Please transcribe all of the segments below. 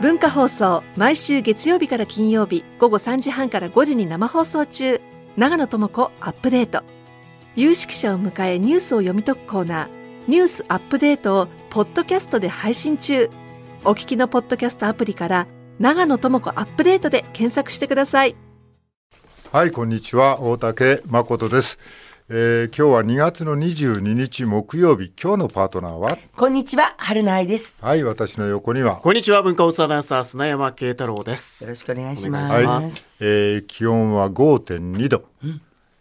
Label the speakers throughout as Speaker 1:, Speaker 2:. Speaker 1: 文化放送毎週月曜日から金曜日午後3時半から5時に生放送中長野智子アップデート有識者を迎えニュースを読み解くコーナー「ニュースアップデート」をポッドキャストで配信中お聞きのポッドキャストアプリから「長野智子アップデート」で検索してください
Speaker 2: はいこんにちは大竹誠です、えー、今日は2月の22日木曜日今日のパートナーは
Speaker 3: こんにちは、春菜愛です。
Speaker 2: はい私の横には
Speaker 4: こんにちは、文化放送アナウンサー、砂山慶太郎で
Speaker 3: よ
Speaker 4: す
Speaker 3: ろ。しくお願いします。
Speaker 2: はい
Speaker 4: ま、
Speaker 2: えー、気温は5.2度、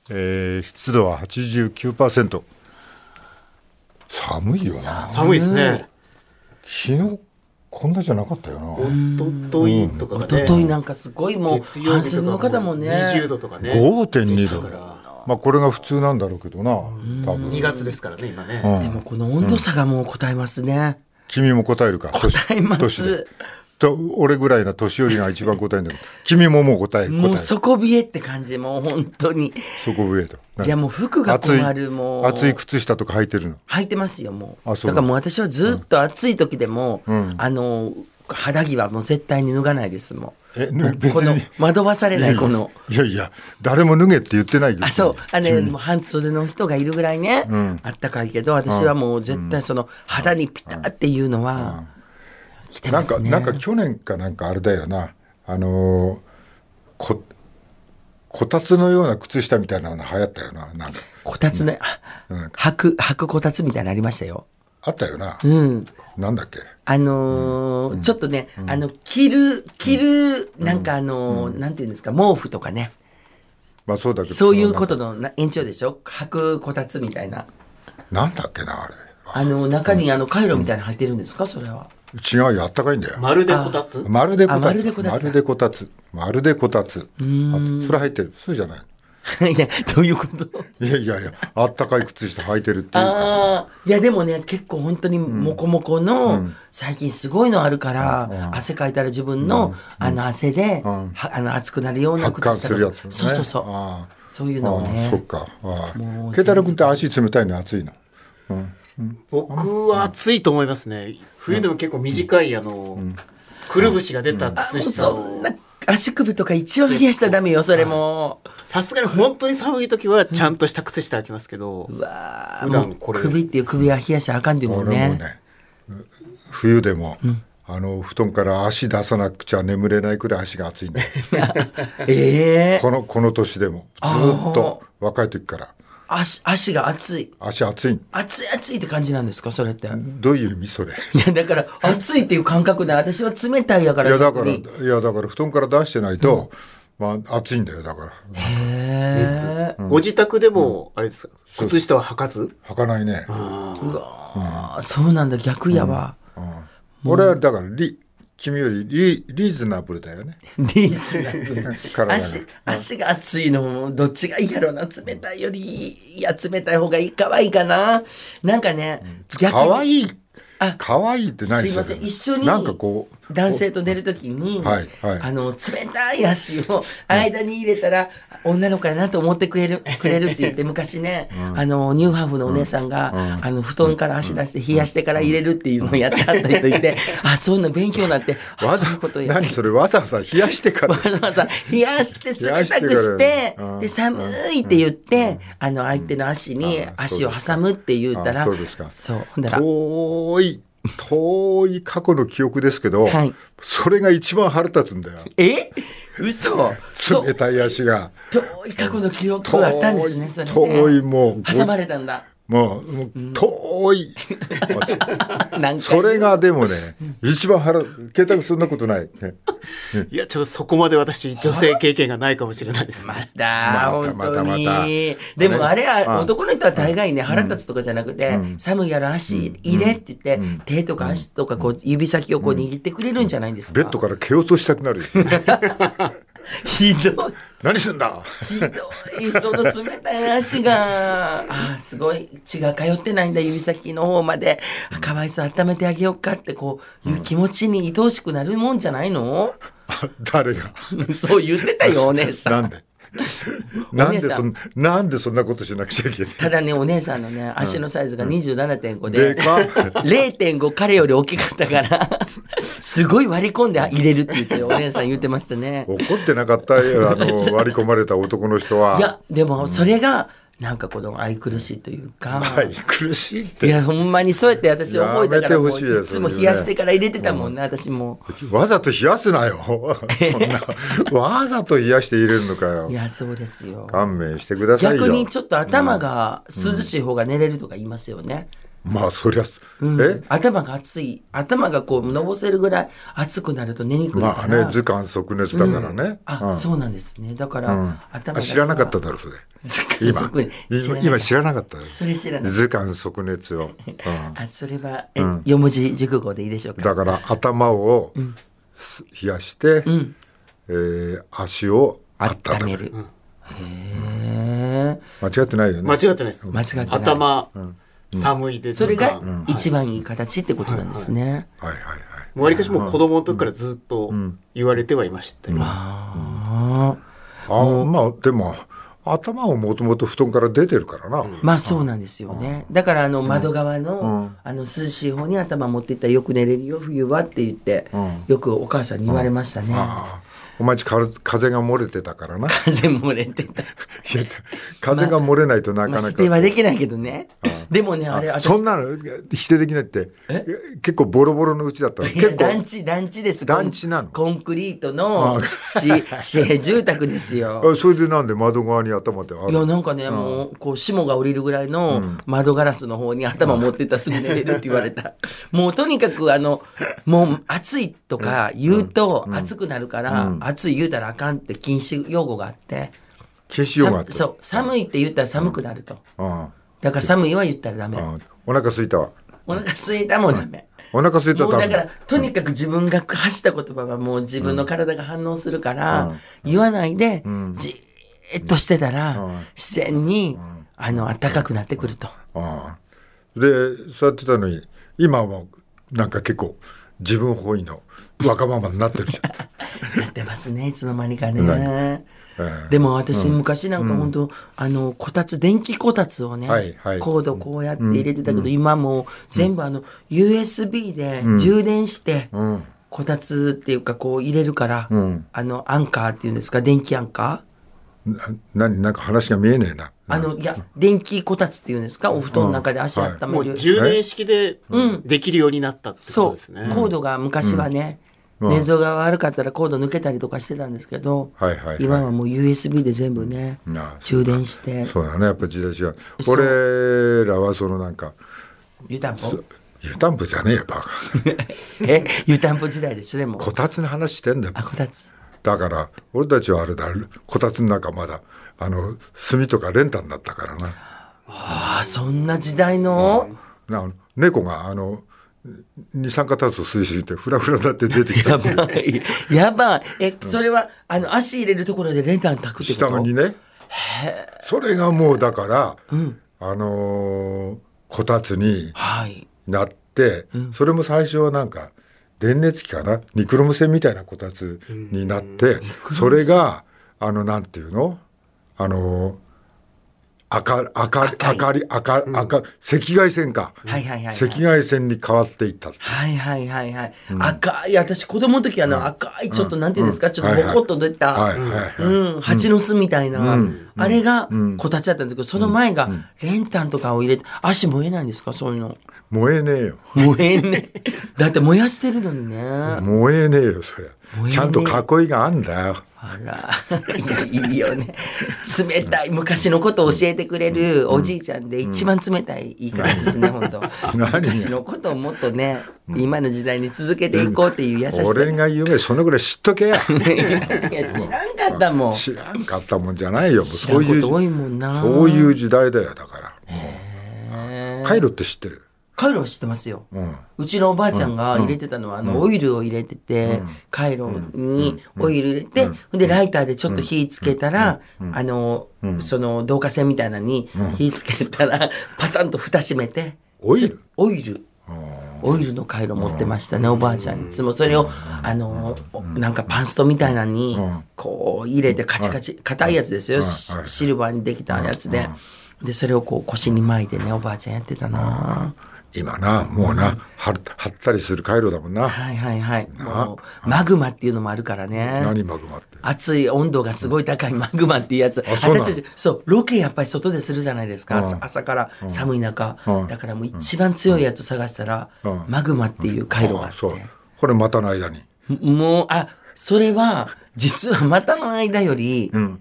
Speaker 2: えー、湿度は89%寒いよな
Speaker 4: 寒いですね。
Speaker 2: 昨日こんなじゃなかったよな
Speaker 4: 一昨日とかが
Speaker 3: 一
Speaker 4: ね、
Speaker 3: 昨日なんかすごいもう
Speaker 4: 月曜
Speaker 3: 半
Speaker 4: 日と
Speaker 3: 袖
Speaker 4: か
Speaker 3: の方もね、
Speaker 4: 20度とかね、
Speaker 2: 5.2
Speaker 4: だ
Speaker 2: 度
Speaker 4: から
Speaker 2: まあこれが普通なんだろうけどな多分
Speaker 4: 2月ですからね、今ね。
Speaker 3: でもこの温度差がもう答えますね。
Speaker 2: 君も答えるか答
Speaker 3: 答えま。
Speaker 2: 年ですと俺ぐらいの年寄りが一番答えんだけど君ももう答える答え
Speaker 3: もう
Speaker 2: るそ
Speaker 3: 底冷えって感じ、もう本当に。
Speaker 2: こ上と
Speaker 3: いやもう服が
Speaker 2: 暑い
Speaker 3: 困る、もう。
Speaker 2: 暑い靴下とか履いてるの
Speaker 3: 履いてますよ、もう。
Speaker 2: あ
Speaker 3: だ
Speaker 2: そう
Speaker 3: からもう私はずっと暑い時でも、あの、肌着はもう絶対に脱がないです、も
Speaker 2: えぬ
Speaker 3: う。
Speaker 2: 別
Speaker 3: この
Speaker 2: に、
Speaker 3: 惑わされない、この。
Speaker 2: いやいや誰も脱げって言ってないけど
Speaker 3: あそうあれもう半袖の人がいるぐらいね、あったかいけど私はもう絶対その肌にピタっていうのは来て
Speaker 2: な
Speaker 3: ま
Speaker 2: んか
Speaker 3: すね
Speaker 2: なんか去年かなんかあれだよなあのーここたつのような靴下みたいなの流行ったよななんか
Speaker 3: こたつねあ履く履くこたつみたいなのありましたよ
Speaker 2: あったよな、
Speaker 3: うん
Speaker 2: なんだっけ
Speaker 3: あのーちょっとね、あの着る着るなんかあのーなんていうんですか毛布とかね
Speaker 2: まあそうだけど
Speaker 3: そういうこ
Speaker 2: そ
Speaker 3: とのな延長でしょ履くこたつみたいな
Speaker 2: のなんだっけなあれ
Speaker 3: あの中にあのカイロみたいなの履いてるんですかそれは
Speaker 2: 違うよあったかいんだよ
Speaker 4: まるでこたつ
Speaker 2: まるでこ
Speaker 3: あ
Speaker 2: た
Speaker 3: まる
Speaker 2: つ
Speaker 3: でこたつだ
Speaker 2: まるでこたつまるでこたつあとそれ入ってるそうじゃない
Speaker 3: いやどういうこと
Speaker 2: いやいやいやあったかい靴下履いてるっていうか
Speaker 3: あーいやでもね結構本当にモコモコの、最近すごいのあるから、汗かいたら自分の、あの汗で、はあの熱くなるような
Speaker 2: 発汗
Speaker 3: 靴
Speaker 2: す
Speaker 3: 下
Speaker 2: るや
Speaker 3: と
Speaker 2: つ、
Speaker 3: か、
Speaker 2: ね、
Speaker 3: そうそうそう
Speaker 2: あー
Speaker 3: そういうのを
Speaker 2: あー
Speaker 3: ね
Speaker 2: そっかあ
Speaker 3: もう
Speaker 2: あ慶太郎君って足冷たいの熱いの
Speaker 4: 僕は暑いと思いますね。冬でも結構短い、あの、くるぶしが出た靴下
Speaker 3: そ
Speaker 4: を
Speaker 3: ん、な足首とか一番冷やしたらダメよそれも、
Speaker 4: さすがに本当に寒い時はちゃんとした靴下履きますけど、
Speaker 3: うわー
Speaker 4: 普段
Speaker 3: もう
Speaker 4: これ
Speaker 3: 首っていう首は冷やしたらあかんっていうもん
Speaker 2: 俺も
Speaker 3: ね
Speaker 2: ね冬でも、あの布団から足出さなくちゃ眠れないくらい足が熱い んだよ
Speaker 3: ええー
Speaker 2: このこの年でもずーっと若い時から
Speaker 3: 足足が熱い
Speaker 2: 足熱い
Speaker 3: 熱い熱いって感じなんですかそれって、い
Speaker 2: どういう意味それ
Speaker 3: やだから熱いっていう感覚で私は冷たいやか
Speaker 2: い
Speaker 3: ら
Speaker 2: やだから
Speaker 3: 逆に
Speaker 2: いやだから布団から出してないと、まあ暑いんだよだから
Speaker 3: へ
Speaker 4: 熱
Speaker 3: ー
Speaker 4: ご自宅でも、あれですか、靴下は履かず
Speaker 2: 履かないね、
Speaker 3: うわーそうなんだ逆やわ、
Speaker 2: 俺はだからリ君よりリリーズナブルだよね
Speaker 3: リーズナブル
Speaker 2: 体が
Speaker 3: 足足が熱いのもどっちがいいやろうな冷たいよりいや冷たい方がいいかわいいかななんかね逆
Speaker 2: 可愛
Speaker 3: に
Speaker 2: い
Speaker 3: あ
Speaker 2: 可愛いって何
Speaker 3: すいません
Speaker 2: それ
Speaker 3: 一緒に
Speaker 2: なんかこう
Speaker 3: 男性と寝るときに、
Speaker 2: はいはい
Speaker 3: あの冷たい足を間に入れたら、女の子やなと思ってくれるくれるって言って昔ね、あのニューハーフのお姉さんが、あの布団から足出して冷やしてから入れるっていうのをやってはった人いて、あそういうの勉強になってあ
Speaker 2: わ
Speaker 3: そ
Speaker 2: ざ
Speaker 3: ういうことや
Speaker 2: 何それわざわざ冷やしてから
Speaker 3: わざわざ冷やして冷たくして
Speaker 2: 冷やしてからうん
Speaker 3: で寒いって言って、あの相手の足に
Speaker 2: あ
Speaker 3: 足を挟むって言ったら
Speaker 2: あそうですか
Speaker 3: そうほんだら
Speaker 2: 遠い遠い過去の記憶ですけど、
Speaker 3: はい
Speaker 2: それが一番腹立つんだよ
Speaker 3: え嘘そう
Speaker 2: 冷たい足が
Speaker 3: 遠い過去の記憶
Speaker 2: 遠
Speaker 3: があったんですね
Speaker 2: い
Speaker 3: それね
Speaker 2: 遠いもう
Speaker 3: 挟まれたんだ
Speaker 2: もうもう遠い、
Speaker 3: なんか
Speaker 2: それがでもね一番腹慶太君そんなことない、ね
Speaker 4: いや、ちょっとそこまで私、女性経験がないかもしれないですね。
Speaker 3: また
Speaker 2: また
Speaker 3: 本
Speaker 2: また
Speaker 3: 当
Speaker 2: また
Speaker 3: にでもあ
Speaker 2: あれ
Speaker 3: れは
Speaker 2: あ
Speaker 3: 男の人は大概ね腹立つとかじゃなくて寒いやろ足入れって言って手とか足とかこう指先をこう握ってくれるんじゃないんです
Speaker 2: ベ
Speaker 3: か
Speaker 2: ッドから蹴落としたくなるよ
Speaker 3: ひどい
Speaker 2: 何すんだ
Speaker 3: ひどいその冷たい足があーすごい血が通ってないんだ指先の方まであかわいそう温めてあげようかってこういう気持ちに愛おしくなるもんじゃないの
Speaker 2: 誰が
Speaker 3: そう言ってたよお姉さん
Speaker 2: なんでなんでそんなんでそんなことしなくちゃいけない
Speaker 3: ただねお姉さんのね足のサイズが27.5
Speaker 2: で
Speaker 3: で
Speaker 2: かっ
Speaker 3: 0.5彼より大きかったからすごい割り込んで入れるって言ってお姉さん言ってましたね
Speaker 2: 怒ってなかったよあ の割り込まれた男の人はい
Speaker 3: やでもそれがなんかこの愛くるしいというか、
Speaker 2: はい苦しいっ
Speaker 3: い
Speaker 2: て
Speaker 3: やほんまにそうやって私覚えたから
Speaker 2: やめ
Speaker 3: も
Speaker 2: てほしいです
Speaker 3: ういつも冷やしてから入れてたもんね私も
Speaker 2: わざと冷やすな よそんなわざと冷やして入れるのかよ
Speaker 3: いやそうですよ
Speaker 2: 勘弁してくださいよ
Speaker 3: 逆にちょっと頭が涼しい方が寝れるとか言いますよね、
Speaker 2: まあそりゃ
Speaker 3: うん
Speaker 2: え
Speaker 3: 頭が熱い頭がこうのぼせるぐらい熱くなると寝にくいから、
Speaker 2: まあね図鑑即熱だからね
Speaker 3: あ、
Speaker 2: うん
Speaker 3: そうなんですねだから、
Speaker 2: うん
Speaker 3: 頭
Speaker 2: あ
Speaker 3: が
Speaker 2: 知らな かっただろそれ
Speaker 3: 図鑑
Speaker 2: 今
Speaker 3: 測
Speaker 2: 今
Speaker 3: 知らな
Speaker 2: 今
Speaker 3: い
Speaker 2: 知らなかったよ
Speaker 3: それ知らない
Speaker 2: 図鑑即熱を、うん
Speaker 3: あそれはえ、四文字熟語でいいでしょうか
Speaker 2: だから頭をす冷やして、
Speaker 3: ん
Speaker 2: えー足を
Speaker 3: 温
Speaker 2: 温
Speaker 3: め
Speaker 2: め
Speaker 3: る
Speaker 2: る、
Speaker 3: へえ
Speaker 2: 間違ってないよね
Speaker 4: 間違ってないです。
Speaker 3: 間違ってない
Speaker 4: 頭、寒いです。
Speaker 3: それ
Speaker 4: なんか
Speaker 3: が一番いい形ってことなんですね、
Speaker 2: はいはいはい
Speaker 4: もうわりかしもう子供の時からずっと言われてはいましたよ。
Speaker 3: あー
Speaker 2: あまあでも頭をもともと布団から出てるからな、
Speaker 3: まあそうなんですよね。だからあの窓側のあの涼しい方に頭持っていったらよく寝れるよ冬はって言ってよくお母さんに言われましたね。
Speaker 2: あお前んちか風が漏れてた からない
Speaker 3: 風漏れてた。
Speaker 2: や風が漏れないとな
Speaker 3: ま
Speaker 2: か
Speaker 3: あ
Speaker 2: な
Speaker 3: 否
Speaker 2: か、
Speaker 3: 定はできないけどね。でもねあれ私
Speaker 2: そんなの否定できないって結構ボロボロのうちだったの
Speaker 3: いや
Speaker 2: 結
Speaker 3: 団
Speaker 2: 構
Speaker 3: 地団地です。
Speaker 2: 団地なの
Speaker 3: コンコンクリートの し市営住宅ですよ。
Speaker 2: あそれでなんで窓側に頭ってあ
Speaker 3: い
Speaker 2: る
Speaker 3: やなんかね、もうこう霜が降りるぐらいの窓ガラスの方に頭持ってったらすぐ寝れるって言われた、 もうとにかくあのもう暑いとか言うと暑くなるから、暑い言うたらあかんって禁止用語があって
Speaker 2: 消しようがあって
Speaker 3: そう寒いって言ったら寒くなると、
Speaker 2: あ
Speaker 3: だから寒いは言ったらダメ、
Speaker 2: あお腹空いたわ
Speaker 3: お腹すいたもんダメ、
Speaker 2: お腹空いた
Speaker 3: もう
Speaker 2: ら
Speaker 3: だ
Speaker 2: ダメ
Speaker 3: からとにかく自分が発した言葉はもう自分の体が反応するから、言わないで、じーっとしてたら、自然に、あの暖かくなってくると、
Speaker 2: ああでそうやってたのに今はもうなんか結構自分本位のわがままになってるじゃん、
Speaker 3: なってますねいつの間にか
Speaker 2: な
Speaker 3: ね。
Speaker 2: ええ
Speaker 3: でも私昔なんか本当、あのこたつ電気こたつをね、
Speaker 2: はいはい
Speaker 3: コードこうやって入れてたけど、今もう全部あの USB で充電して、
Speaker 2: うん
Speaker 3: こたつっていうかこう入れるから、
Speaker 2: うん
Speaker 3: あのアンカーっていうんですか電気アンカー
Speaker 2: な何なんか話が見えねえな
Speaker 3: あの、いや、電気こたつっていうんですか、お布団の中で足温
Speaker 4: も
Speaker 3: め
Speaker 4: う
Speaker 3: る。
Speaker 4: 充電式でできるようになったってこ
Speaker 3: そ
Speaker 4: と
Speaker 3: う、
Speaker 4: ですね。
Speaker 3: コードが昔はね、寝相が悪かったらコード抜けたりとかしてたんですけど、
Speaker 2: はいはいはい
Speaker 3: 今はもう USB で全部ね、
Speaker 2: なあ
Speaker 3: 充電して、
Speaker 2: そうだねやっぱ時代違う
Speaker 3: そ
Speaker 2: 俺
Speaker 3: う
Speaker 2: らはそのなんか
Speaker 3: 湯たんぽ
Speaker 2: 湯たんぽじゃねえよバカ
Speaker 3: え、湯たんぽ時代でしょ、でも。
Speaker 2: こたつの話してんだよ
Speaker 3: あ、こたつ。
Speaker 2: だから俺たちはあれだこたつの中まだあの炭とか練炭だったからな
Speaker 3: ああ、そんな時代の、
Speaker 2: な猫があの二酸化炭素吸いすぎてフラフラになって出てきた
Speaker 3: やばい。やばい。え、それは、あの、足入れるところでレンタン炊くってこ
Speaker 2: 下
Speaker 3: と
Speaker 2: にねそれがもうだから、あのーこたつに
Speaker 3: はい。
Speaker 2: なって、それも最初はなんか電熱器かなニクロム線みたいなこたつになって、それがあのなんていうのあのー赤赤
Speaker 3: 赤い
Speaker 2: 明かり赤赤、赤赤外線か、
Speaker 3: はいはいはいはい
Speaker 2: 赤外線に変わっていった
Speaker 3: はいはいはいはい。赤い、私子供の時あの赤い、ちょっとなんていうんですか、ちょっとボコッと出た、
Speaker 2: はいはいはい、
Speaker 3: うん、蜂の巣みたいな、あれがこたつだったんですけど、その前が練炭とかを入れて、足燃えないんですかそういうの。
Speaker 2: 燃えねえよ
Speaker 3: 燃 えんね。だって燃やしてるのにね。あ
Speaker 2: 燃えねえよそりゃ
Speaker 3: 燃えねえ
Speaker 2: ちゃんと囲いがあんだよ
Speaker 3: ら、いいよね。冷たい、昔のことを教えてくれるおじいちゃんで一番冷たい言い方です ね、本当
Speaker 2: 何
Speaker 3: 昔のことをもっとね、今の時代に続けていこうっていう優しさ。
Speaker 2: 俺が言うぐらいそのぐらい知っと けや
Speaker 3: いや知らんかったもん。
Speaker 2: 知らんかったもんじゃないよもう
Speaker 3: 知ら
Speaker 2: そうん
Speaker 3: こ
Speaker 2: いう
Speaker 3: と多いもんな。
Speaker 2: そういう時代だよだからも
Speaker 3: へ
Speaker 2: う
Speaker 3: ー
Speaker 2: カイロって知ってる
Speaker 3: カイロは知ってますよ。
Speaker 2: うん
Speaker 3: うちのおばあちゃんが入れてたのは、あの、オイルを入れてて、カイロにオイル入れて、で、ライターでちょっと火つけたら、あの、その、導火線みたいなのに火つけたら、パタンと蓋閉めて。
Speaker 2: オイル
Speaker 3: オイル。オイルの回路持ってましたね、おばあちゃんいつもそれをあのなんかパンストみたいなのに
Speaker 2: うん
Speaker 3: こう入れてカチカチ硬いやつですよ、
Speaker 2: はい
Speaker 3: シ
Speaker 2: はい
Speaker 3: シルバーにできたやつで、でそれをこう腰に巻いてねおばあちゃんやってたな、
Speaker 2: 今なもうなは張ったりする回路だもんな、
Speaker 3: はいはいはいもうマグマっていうのもあるからね
Speaker 2: 何マグマって
Speaker 3: 熱い温度がすごい高い マグマっていうやつ
Speaker 2: あそうなの
Speaker 3: 私たちそうロケやっぱり外でするじゃないですか、朝朝から寒い中、
Speaker 2: うん
Speaker 3: だからもう一番強いやつ探したら、
Speaker 2: うん
Speaker 3: マグマっていう回路があ
Speaker 2: あ
Speaker 3: って、
Speaker 2: そうこれまたの間に
Speaker 3: もうあそれは実はまたの間より、
Speaker 2: ん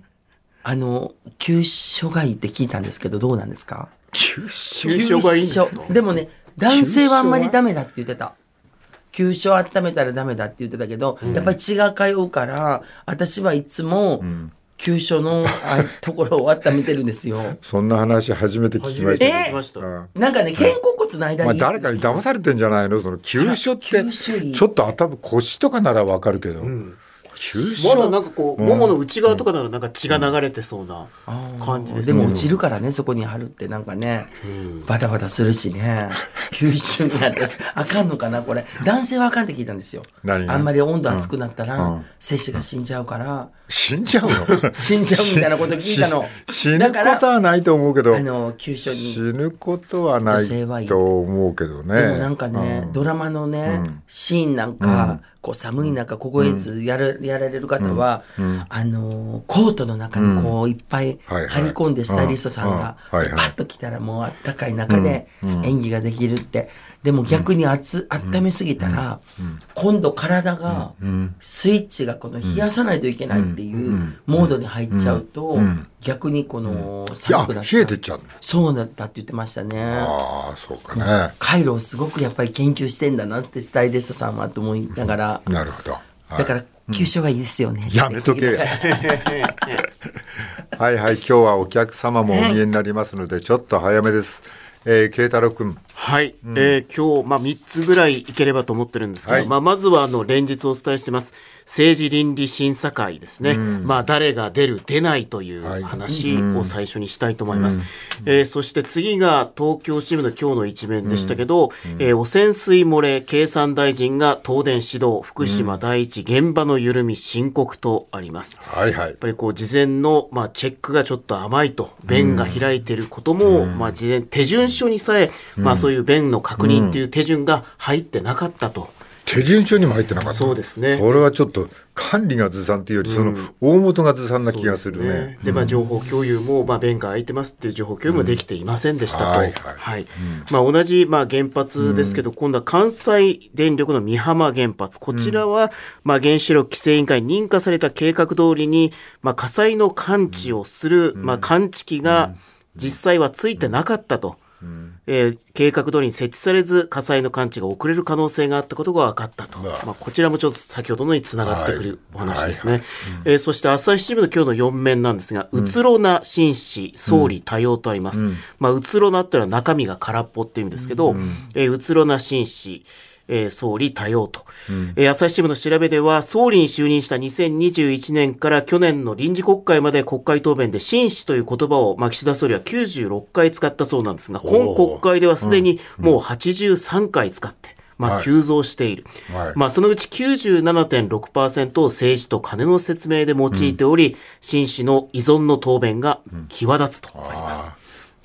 Speaker 3: あの急所がいいって聞いたんですけどどうなんですか
Speaker 2: 急所
Speaker 4: 急所がいいんですか
Speaker 3: 急所でもね男性はあんまりダメだって言ってた急所温めたらダメだって言ってたけど、やっぱり血が通うから私はいつも急所のあところを温めてるんで すよ
Speaker 2: そんな話初めて聞き
Speaker 4: 初
Speaker 2: ま
Speaker 4: め
Speaker 2: してた、
Speaker 4: 聞きました。
Speaker 2: うん
Speaker 3: なんかね肩甲骨の間に、
Speaker 2: まあ、誰かに騙されてんじゃないのその急所って
Speaker 3: 急所いい
Speaker 2: ちょっと頭腰とかならわかるけど、急
Speaker 4: ま
Speaker 2: 所
Speaker 4: だなんかこう、ももの内側とかならなんか血が流れてそうな
Speaker 3: あー
Speaker 4: 感じです
Speaker 3: で
Speaker 4: ね。
Speaker 3: も落ちるからねそこに貼るってなんかね、
Speaker 4: ん
Speaker 3: バタバタするしね 吸収になってあかんのかなこれ男性はあかんって聞いたんですよ
Speaker 2: 何が
Speaker 3: あんまり温度熱くなったら、
Speaker 2: うんうん
Speaker 3: 精子が死んじゃうから
Speaker 2: 死んじゃうの
Speaker 3: 死んじゃうみたいなこと聞いた の
Speaker 2: 死ぬ
Speaker 3: だ
Speaker 2: こ
Speaker 3: から
Speaker 2: とはないと思うけど
Speaker 3: あの急所に
Speaker 2: 死ぬことはな
Speaker 3: 女性はいい
Speaker 2: いと思うけどね
Speaker 3: でもなんかね、
Speaker 2: うん
Speaker 3: ドラマのね、シーンなんか、こう寒い中、凍えずやる、やられる方は、あのー、コートの中にこう、いっぱい
Speaker 2: はいはい
Speaker 3: 張り込んで、スタイリストさんが、
Speaker 2: うん
Speaker 3: パ
Speaker 2: はいはい
Speaker 3: ッと来たらもうあったかい中で演技ができるって。でも逆に熱、温めすぎたら、今度体が、スイッチがこの冷やさないといけないっていうモードに入っちゃうと、逆にこの
Speaker 2: いや
Speaker 3: 寒くなっち
Speaker 2: 冷
Speaker 3: ゃ
Speaker 2: え
Speaker 3: う
Speaker 2: てっ。ちゃうの
Speaker 3: そうだったって言ってましたね。
Speaker 2: ああそうかね
Speaker 3: 回路をすごくやっぱり研究してんだなってスタイリストさんはと思いながら、
Speaker 2: なるほど、はい
Speaker 3: だから急所がいいですよね、
Speaker 2: やめとけはいはい今日はお客様もお見えになりますのでちょっと早めです、えー、慶太郎君
Speaker 4: はい、えー今日、まあ、3つぐらいいければと思ってるんですけど、
Speaker 2: はい
Speaker 4: まあ、まずはあの連日お伝えしてます政治倫理審査会ですね、まあ、誰が出る、出ないという
Speaker 2: はい
Speaker 4: 話を最初にしたいと思います、えーそして次が東京新聞の今日の一面でしたけど、えー汚染水漏れ経産大臣が東電指導福島第一現場の緩み深刻とあります。
Speaker 2: はいはい
Speaker 4: やっぱりこう事前の、まあ、チェックがちょっと甘いと、弁が開いてることも、まあ、事前、手順書にさえ、まあ、そういう弁の確認っていう手順が入ってなかったと、
Speaker 2: 手順書にも入ってなかった
Speaker 4: そうですね
Speaker 2: これはちょっと管理がずさんというよりその大元がずさんな気がするね,、
Speaker 4: そうですで、まあ、情報共有も、まあ、弁が空いてますっていう情報共有もできていませんでした
Speaker 2: う
Speaker 4: と。
Speaker 2: んはいはい
Speaker 4: はい。まあ、同じ、まあ、原発ですけど、今度は関西電力の美浜原発。こちらは、まあ、原子力規制委員会に認可された計画通りに、まあ、火災の感知をする、まあ、感知器が実際はついてなかったと。えー計画通りに設置されず火災の感知が遅れる可能性があったことが分かったと、まあ、こちらもちょっと先ほどのにつながってくるお話ですね、えーそして朝日新聞の今日の4面なんですが「うつろな紳士総理多様」とあります、うまあ、うつろなっていうのは中身が空っぽっていう意味ですけど、うえーうつろな紳士えー総理多様と、えー朝日新聞の調べでは総理に就任した2021年から去年の臨時国会まで国会答弁で紳士という言葉を、まあ、岸田総理は96回使ったそうなんですが今国会ではすでにもう83回使って。まあ、
Speaker 2: はい
Speaker 4: 急増している、
Speaker 2: はい
Speaker 4: まあ、そのうち97.6%を政治と金の説明で用いており、紳士の依存の答弁が際立つとあります。
Speaker 2: あ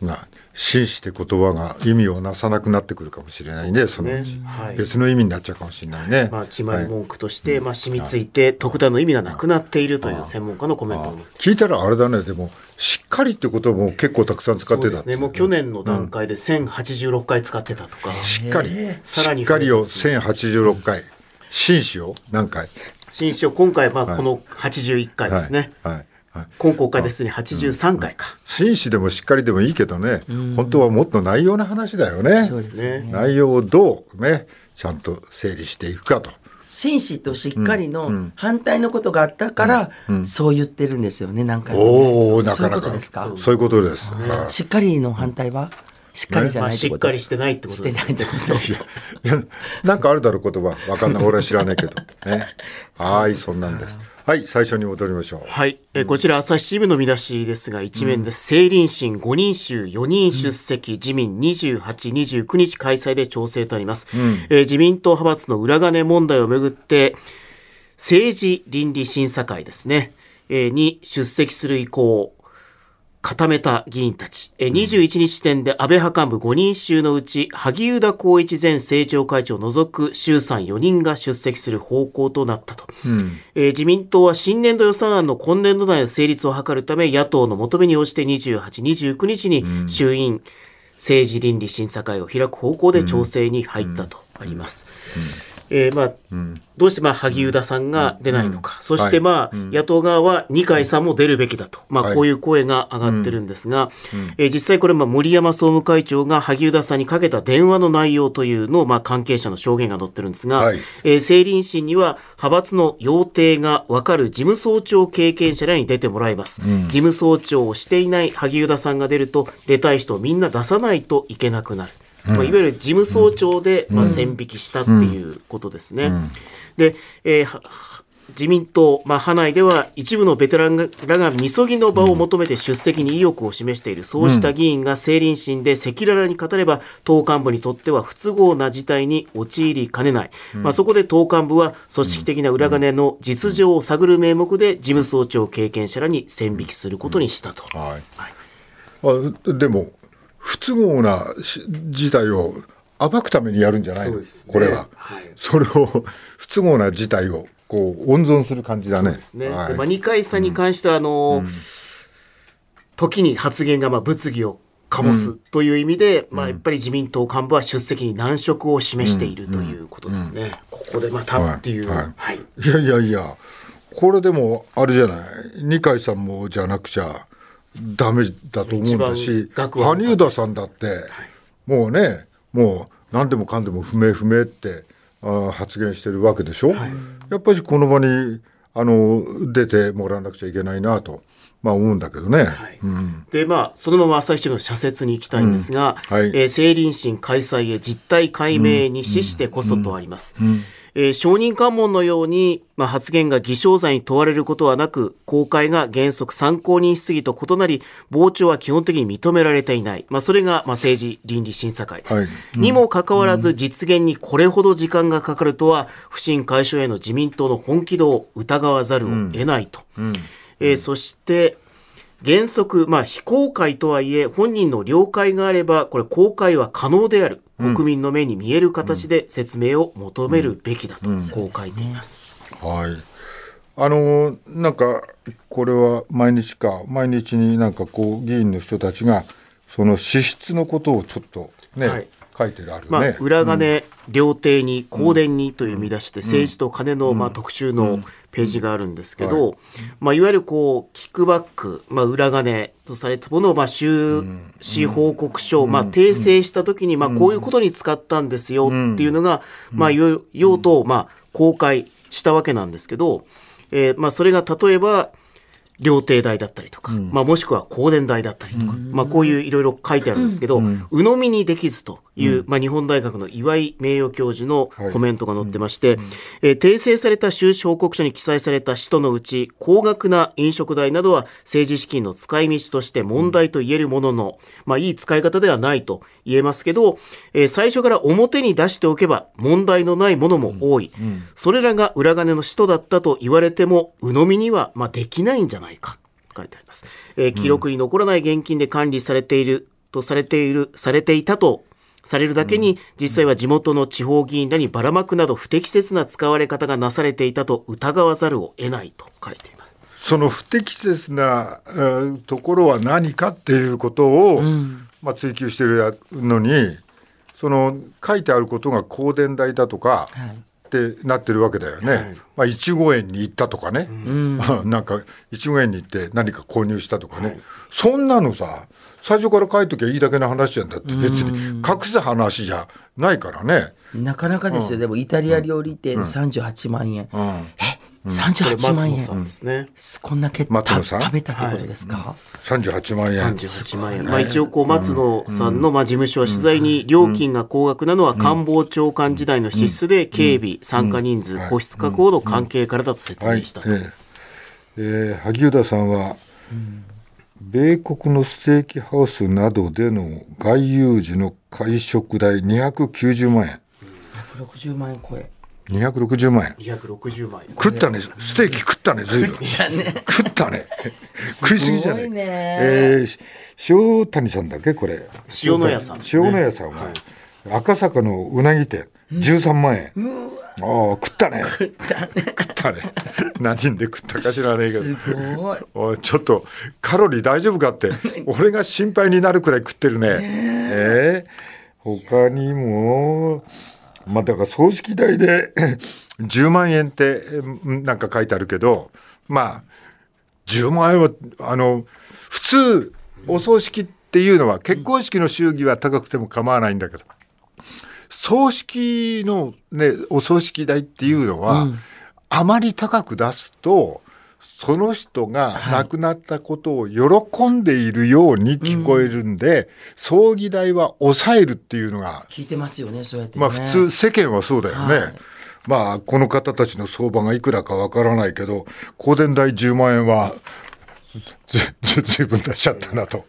Speaker 2: ーな紳士って言葉が意味をなさなくなってくるかもしれないねそのうち、
Speaker 4: はい
Speaker 2: 別の意味になっちゃうかもしれないね、
Speaker 4: まあ、決まり文句として、まあ、染みついて、特段の意味がなくなっているという専門家のコメントも。
Speaker 2: 聞いたらあれだねでもしっかりって言葉も結構たくさん使っ
Speaker 4: そう
Speaker 2: て
Speaker 4: で
Speaker 2: たっ
Speaker 4: す
Speaker 2: てい
Speaker 4: ね。
Speaker 2: う
Speaker 4: もう去年の段階で1086回使ってたとか、
Speaker 2: しっかり、
Speaker 4: さら
Speaker 2: し
Speaker 4: に
Speaker 2: っかりを1086回紳士を何回
Speaker 4: 新書、今回、まあ、この81回ですね。
Speaker 2: はいはいはい
Speaker 4: 今国会ですでに83回か。
Speaker 2: 紳士でもしっかりでもいいけどね、本当はもっと内容の話だよね。
Speaker 3: そうで
Speaker 4: ですね。
Speaker 2: 内容をどうね、ちゃんと整理していくかと。
Speaker 3: 紳士としっかりの反対のことがあったから、そう言ってるんですよね何回もね、
Speaker 2: おお、な
Speaker 3: そうい
Speaker 2: か
Speaker 3: うこ
Speaker 2: なか。
Speaker 3: とですか
Speaker 2: そういうことです。あ
Speaker 3: しっかりの反対はしっかりじゃ
Speaker 4: ま
Speaker 3: な
Speaker 4: あ、
Speaker 3: いって
Speaker 4: し
Speaker 3: こ
Speaker 4: っ
Speaker 3: と、
Speaker 4: かりしてないってこと
Speaker 3: して
Speaker 4: です
Speaker 3: な
Speaker 4: よ
Speaker 3: いってこと
Speaker 2: いや、なんかあるだろう言葉、わかんない、俺は知らないけど。 ね、はいそんなんですはい最初に戻りましょう
Speaker 4: はい、えーこちら朝日新聞の見出しですが一面で成林審5人衆4人出席、自民2829日開催で調整とあります、えー自民党派閥の裏金問題をめぐって政治倫理審査会ですね、えーに出席する意向を固めた議員たち。えー21日時点で安倍派幹部5人衆のうち、萩生田光一前政調会長を除く衆参4人が出席する方向となったと、えー自民党は新年度予算案の今年度内の成立を図るため、野党の求めに応じて28、29日に衆院、政治倫理審査会を開く方向で調整に入ったとあります。えーまあどうしてまあ萩生田さんが出ないのか、そして、まあ野党側は二階さんも出るべきだと、ま
Speaker 2: は
Speaker 4: あ、
Speaker 2: い
Speaker 4: こういう声が上がってるんですが、えー実際これ、まあ森山総務会長が萩生田さんにかけた電話の内容というのを、まあ、関係者の証言が載ってるんですが、
Speaker 2: はい
Speaker 4: えー、政倫審には派閥の要定が分かる事務総長経験者らに出てもらいます、事務総長をしていない萩生田さんが出ると出たい人をみんな出さないといけなくなる、まあ、いわゆる事務総長で、まあ、線引きしたっていうことですね、で、えーは自民党、まあ、派内では一部のベテランらがみそぎの場を求めて出席に意欲を示している、そうした議員が政倫審で赤裸々に語れば党幹部にとっては不都合な事態に陥りかねない、まあ、そこで党幹部は組織的な裏金の実情を探る名目で事務総長経験者らに線引きすることにしたと。
Speaker 2: はい
Speaker 4: はい
Speaker 2: あでも不都合なし事態を暴くためにやるんじゃないの、これは、
Speaker 4: はい
Speaker 2: それを不都合な事態をこう温存する感じだね
Speaker 4: そうですね。
Speaker 2: はい
Speaker 4: でまあ、二階さんに関しては、あの、時に発言がまあ物議を醸すという意味で、まあ、やっぱり自民党幹部は出席に難色を示しているということですね。ここでまたっていう。
Speaker 2: は
Speaker 4: はいい。
Speaker 2: はいいやいやいやこれでもあれじゃない二階さんもじゃなくちゃダメだと思うんだし
Speaker 4: 一番額は
Speaker 2: 羽生田さんだって、もうねもう何でもかんでも不明不明ってあー発言してるわけでしょ、やっぱりこの場にあの出てもらわなくちゃいけないなと、まあ、思うんだけどね。
Speaker 4: はいで、まあ、そのまま朝日新聞の社説に行きたいんですが、
Speaker 2: うんはい
Speaker 4: えー政倫審開催へ実態解明に資してこそとあります。えー証人喚問のように、まあ、発言が偽証罪に問われることはなく、公開が原則参考人質疑と異なり、傍聴は基本的に認められていない。まあ、それが、まあ、政治倫理審査会です。
Speaker 2: はい
Speaker 4: にもかかわらず実現にこれほど時間がかかるとは、不信解消への自民党の本気度を疑わざるを得ないと。えーそして、原則、まあ、非公開とはいえ、本人の了解があれば、これ、公開は可能である。国民の目に見える形で説明を求めるべきだと、こう書いています。
Speaker 2: はい。あのなんかこれは毎日か毎日になんかこう議員の人たちがその資質のことをちょっとね、
Speaker 4: はい
Speaker 2: 書いてあるね。
Speaker 4: まあ、裏金、料亭に、香典にという見出しで、政治と金の、まあ、特集のページがあるんですけど、まあ、いわゆるこう、キックバック、まあ、裏金とされたものを、まあ、収支報告書、まあ、訂正したときに、まあ、こういうことに使ったんですよっていうのが、まあ、いわゆる用途を、まあ、公開したわけなんですけど、えーまあ、それが例えば、料亭代だったりとか、まあ、もしくは香典代だったりとか、まあ、こういういろいろ書いてあるんですけど、鵜呑みにできずという、まあ、日本大学の岩井名誉教授のコメントが載ってまして、えー訂正された収支報告書に記載された使途のうち、高額な飲食代などは政治資金の使い道として問題と言えるものの、まあ、いい使い方ではないと言えますけど、えー最初から表に出しておけば問題のないものも多い。それらが裏金の使途だったと言われても、鵜呑みには、まあ、できないんじゃないか。書いてあります。えー記録に残らない現金で管理されているとされている、されていたとされるだけに、実際は地元の地方議員らにばらまくなど不適切な使われ方がなされていたと疑わざるを得ないと書いています。
Speaker 2: その不適切な、えーところは何かっていうことを、まあ、追求してるやのにその書いてあることが香典代だとか、ってなってるわけだよね。いまあ、いちご園に行ったとかね、 なんかいちご園に行って何か購入したとかね、そんなのさ最初から書いときゃいいだけの話じゃんだって別に隠す話じゃないからね。
Speaker 3: なかなかですよ、でもイタリア料理店38万円、
Speaker 2: うん
Speaker 3: え38万
Speaker 4: 松野さん
Speaker 3: 円
Speaker 4: で。すね。
Speaker 3: こんなけた
Speaker 2: 松野さん
Speaker 3: 食べたってことですか、
Speaker 2: 38万円
Speaker 4: 38万円。まあ一応こう松野さんのまあ事務所は取材に料金が高額なのは官房長官時代の支出で警備、参加人数、個室確保の関係からだと説
Speaker 2: は
Speaker 4: 明
Speaker 2: い
Speaker 4: したと。
Speaker 2: えええー萩生田さんは、米国のステーキハウスなどでの外遊時の会食代290万円
Speaker 3: 160万円超え
Speaker 2: 260万円
Speaker 4: 260万円。
Speaker 2: 食ったねステーキ食ったねずいぶん食ったね食いすぎじゃな
Speaker 3: すごい
Speaker 2: い
Speaker 3: ね
Speaker 2: えーし塩谷さんだっけこれ
Speaker 4: 塩野屋さんですね
Speaker 2: 塩野屋さんは、赤坂のうなぎ店13万円、ああ食ったね食ったね何人で食ったか知らねえけど
Speaker 3: すごい
Speaker 2: おいちょっとカロリー大丈夫かって 俺が心配になるくらい食ってるね。ええ他にもまあだから葬式代で 10万円ってうんなんか書いてあるけどまあ10万円はあの普通お葬式っていうのは結婚式の祝儀は高くても構わないんだけど葬式のねお葬式代っていうのは、あまり高く出すとその人が亡くなったことを喜んでいるように聞こえるんで、葬儀代は抑えるっていうのが
Speaker 3: 聞いてますよねそうやってね、
Speaker 2: まあ普通世間はそうだよね。
Speaker 3: はい
Speaker 2: まあこの方たちの相場がいくらかわからないけど香典代10万円はずずずいぶん出しちゃったなと。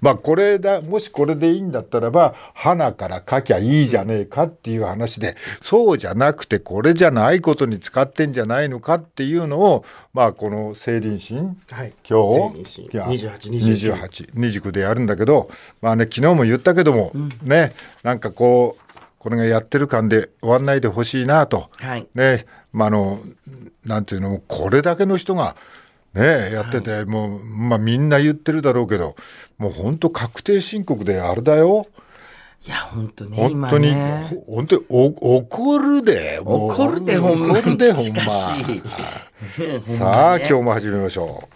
Speaker 2: まあこれだもしこれでいいんだったらば花から書きゃいいじゃねえかっていう話でそうじゃなくてこれじゃないことに使ってんじゃないのかっていうのをまあこの成林審
Speaker 4: はい
Speaker 2: 今日
Speaker 4: 成人式
Speaker 2: いや
Speaker 4: 28
Speaker 2: 28 29でやるんだけど、まあね、昨日も言ったけども、ね、なんかこう、これがやってる感で終わんないでほしいなと、
Speaker 3: はい
Speaker 2: ね、まあ、あの、なんていうのも、これだけの人が、ね、やってて、もう、まあ、みんな言ってるだろうけど、もう本当確定申告であれだよ。
Speaker 3: いや本当ね
Speaker 2: 本当に、
Speaker 3: 今ね
Speaker 2: ほ本当にお怒るで、もう
Speaker 3: 怒るでほんま
Speaker 2: 怒るでほんま
Speaker 3: しかし
Speaker 2: さあ、今日も始めましょう。